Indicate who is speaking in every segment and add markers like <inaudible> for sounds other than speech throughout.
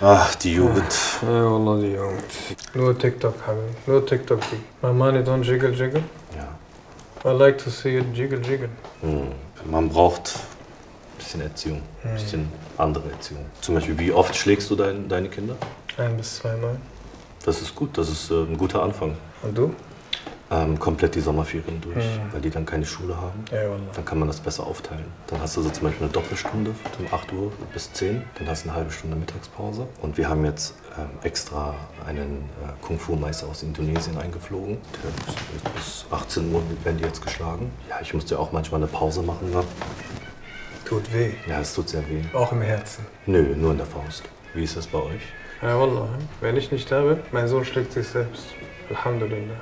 Speaker 1: Ach, Ah, die Jugend.
Speaker 2: Eyvallah die Jugend.
Speaker 3: Nur TikTok haben. Nur TikTok. Dig. My money don't jiggle jiggle.
Speaker 1: Ja.
Speaker 3: I like to see it jiggle jiggle.
Speaker 1: Hm. Man braucht
Speaker 4: Ein bisschen Erziehung, ein
Speaker 3: Hm.
Speaker 4: bisschen andere Erziehung.
Speaker 1: zum Beispiel, wie oft schlägst du dein, deine Kinder?
Speaker 3: Ein bis zweimal.
Speaker 1: Das ist gut, das ist äh, ein guter Anfang.
Speaker 3: Und du?
Speaker 1: Ähm, komplett die Sommerferien durch, weil die dann keine Schule haben.
Speaker 3: Eyvallah.
Speaker 1: Dann kann man das besser aufteilen. Dann hast du so zum Beispiel eine Doppelstunde von 8 Uhr bis 10. Dann hast du eine halbe Stunde Mittagspause. Und wir haben jetzt ähm, extra einen äh, Kung-Fu-Meister aus Indonesien eingeflogen. Der ist bis 18 Uhr werden die jetzt geschlagen. Ja, ich musste ja auch manchmal eine Pause machen. Ne?
Speaker 3: Tut weh.
Speaker 1: Ja, es tut sehr weh.
Speaker 3: Auch im Herzen.
Speaker 1: Nö, nur in der Faust. Wie ist das bei euch?
Speaker 3: Eyvallah. Wenn ich nicht da bin, mein Sohn schlägt sich selbst. Alhamdulillah.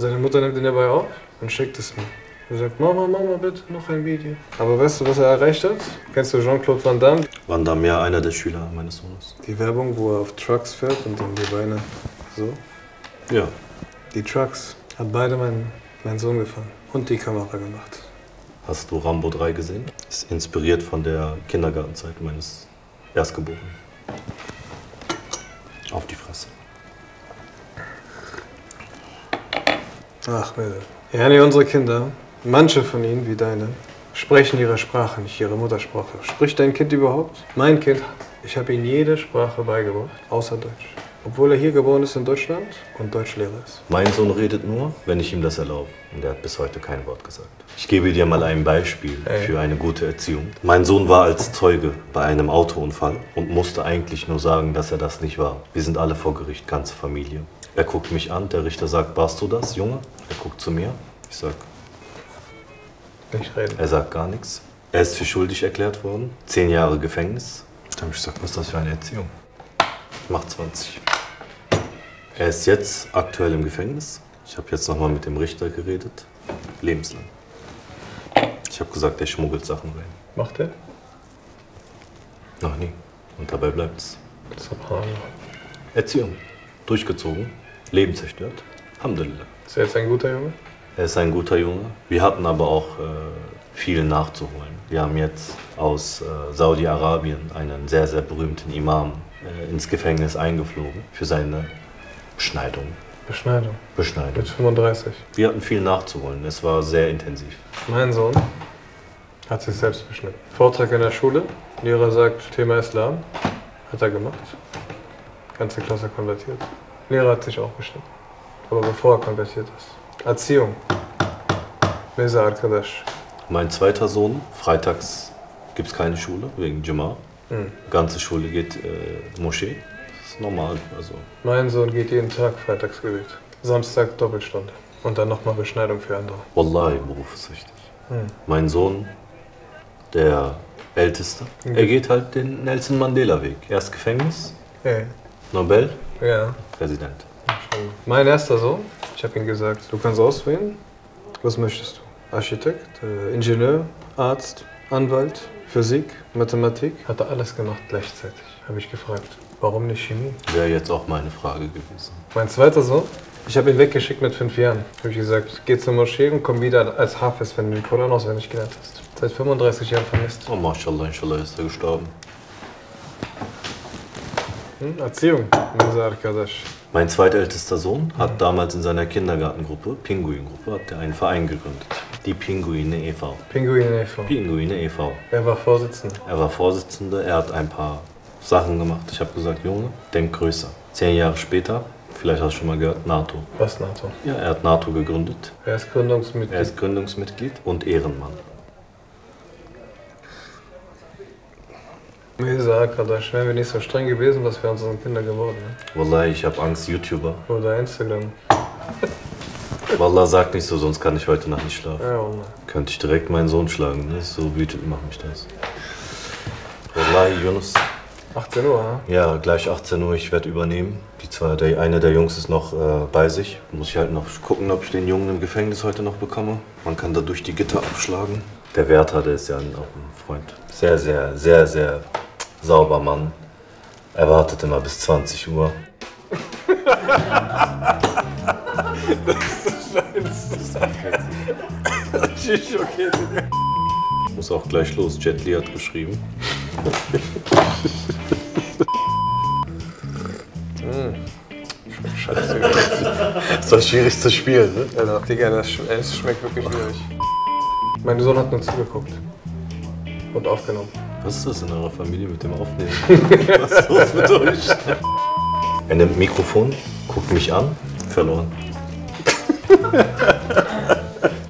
Speaker 3: Seine Mutter nimmt ihn dabei auf und schickt es mir. Er sagt, Mama, Mama, bitte, noch ein Video. Aber weißt du, was er erreicht hat? Kennst du Jean-Claude Van Damme?
Speaker 1: Waren da mehr einer der Schüler meines Sohnes?
Speaker 3: Die Werbung, wo er auf Trucks fährt und dann die Beine so.
Speaker 1: Ja.
Speaker 3: Die Trucks hat beide mein, mein Sohn gefangen und die Kamera gemacht.
Speaker 1: Hast du Rambo 3 gesehen? Ist inspiriert von der Kindergartenzeit meines Erstgeborenen. Auf die Fresse.
Speaker 3: Ach, Mädel. Ja, nee, unsere Kinder, manche von ihnen, wie deine, sprechen ihre Sprache nicht, ihre Muttersprache. Spricht dein Kind überhaupt? Mein Kind, ich habe ihm jede Sprache beigebracht, außer Deutsch. Obwohl er hier geboren ist in Deutschland und Deutschlehrer ist.
Speaker 1: Mein Sohn redet nur, wenn ich ihm das erlaube. Und er hat bis heute kein Wort gesagt. Ich gebe dir mal ein Beispiel
Speaker 3: Ey.
Speaker 1: für eine gute Erziehung. Mein Sohn war als Zeuge bei einem Autounfall und musste eigentlich nur sagen, dass er das nicht war. Wir sind alle vor Gericht, ganze Familie. Er guckt mich an, der Richter sagt, warst du das, Junge? Er guckt zu mir. Ich sag,
Speaker 3: Nicht reden.
Speaker 1: er sagt gar nichts. Er ist für schuldig erklärt worden. Zehn Jahre Gefängnis. Da habe ich gesagt, was ist das für eine Erziehung? Macht 20. Er ist jetzt aktuell im Gefängnis. Ich habe jetzt nochmal mit dem Richter geredet. Lebenslang. Ich habe gesagt, er schmuggelt Sachen rein.
Speaker 3: Macht er?
Speaker 1: Noch nie. Und dabei bleibt's.
Speaker 3: Subhanallah.
Speaker 1: Erziehung. Durchgezogen. Leben zerstört. Alhamdulillah.
Speaker 3: Ist er jetzt ein guter Junge?
Speaker 1: Er ist ein guter Junge. Wir hatten aber auch äh, viel nachzuholen. Wir haben jetzt aus äh, Saudi-Arabien einen sehr, sehr berühmten Imam äh, ins Gefängnis eingeflogen für seine Beschneidung.
Speaker 3: Beschneidung.
Speaker 1: Beschneidung.
Speaker 3: Mit 35.
Speaker 1: Wir hatten viel nachzuholen. Es war sehr intensiv.
Speaker 3: Mein Sohn hat sich selbst beschnitten. Vortrag in der Schule, Lehrer sagt Thema Islam, hat er gemacht. Ganze Klasse konvertiert. Lehrer hat sich auch beschnitten. Aber bevor er konvertiert ist. Erziehung. Mesa Arkadash.
Speaker 1: Mein zweiter Sohn, freitags gibt es keine Schule wegen Juma.
Speaker 3: Mhm.
Speaker 1: Ganze Schule geht äh, Moschee. Das ist normal. Also
Speaker 3: Mein Sohn geht jeden Tag Freitagsgebet. Samstag Doppelstunde. Und dann nochmal Beschneidung für andere.
Speaker 1: Wallahi, Beruf ist richtig.
Speaker 3: Hm.
Speaker 1: Mein Sohn, der Älteste,
Speaker 3: Mhm.
Speaker 1: er geht halt den Nelson Mandela-Weg. Erst Gefängnis,
Speaker 3: Ey,
Speaker 1: Nobel,
Speaker 3: ja.
Speaker 1: Präsident.
Speaker 3: Mein erster Sohn, ich habe ihm gesagt, du kannst auswählen, was möchtest du? Architekt, äh, Ingenieur, Arzt, Anwalt, Physik, Mathematik. Hat er alles gemacht gleichzeitig, habe ich gefragt. Warum nicht Chemie?
Speaker 1: Wäre jetzt auch meine Frage gewesen.
Speaker 3: Mein zweiter Sohn, ich habe ihn weggeschickt mit fünf Jahren. Habe ich gesagt, geh zur Moschee und komm wieder als Hafiz, wenn du den Koran auswendig gelernt hast. Seit 35 Jahren vermisst.
Speaker 1: Oh, mashallah, inshallah ist er gestorben.
Speaker 3: Hm? Erziehung, Mesa Arkadash.
Speaker 1: Mein zweitältester Sohn hat damals in seiner Kindergartengruppe, Pinguingruppe, hat er einen Verein gegründet. Die Pinguine e.V.
Speaker 3: Pinguin e.V.
Speaker 1: Pinguine e.V.
Speaker 3: Er war Vorsitzender.
Speaker 1: Er war Vorsitzender, er hat ein paar Sachen gemacht. Ich habe gesagt, Junge, denk größer. Zehn Jahre später, vielleicht hast du schon mal gehört, NATO.
Speaker 3: Was NATO?
Speaker 1: Ja, er hat NATO gegründet.
Speaker 3: Er ist Gründungsmitglied.
Speaker 1: Er ist Gründungsmitglied und Ehrenmann.
Speaker 3: Mesa Arkadash, also wären wir nicht so streng gewesen, was wir unseren Kindern geworden. Ne?
Speaker 1: Wallah, ich habe Angst, YouTuber.
Speaker 3: Oder Instagram.
Speaker 1: Wallah, sag nicht so, sonst kann ich heute Nacht nicht schlafen.
Speaker 3: Ja, Junge.
Speaker 1: Könnte ich direkt meinen Sohn schlagen, ne? So wütend macht mich das. Wallah, Yunus.
Speaker 3: 18 Uhr, ha?
Speaker 1: Ja, gleich 18 Uhr, ich werde übernehmen. Die zwei, der, einer der Jungs ist noch äh, bei sich. Muss ich halt noch gucken, ob ich den Jungen im Gefängnis heute noch bekomme. Man kann da durch die Gitter abschlagen. Der Wärter, der ist ja ein, auch ein Freund. Sehr, sehr, sehr, sehr sauber Mann. Er wartet immer bis 20 <laughs> Uhr. Ich muss auch gleich los. Jet Li hat geschrieben.
Speaker 3: Scheiße.
Speaker 1: Ist doch schwierig zu spielen, ne?
Speaker 3: Also, Digga, das, sch es schmeckt wirklich schwierig. Mein Sohn hat nur zugeguckt. Und aufgenommen.
Speaker 4: Was ist das in eurer Familie mit dem Aufnehmen? <laughs>
Speaker 1: Was mit euch? Er nimmt Mikrofon, guckt mich an, verloren.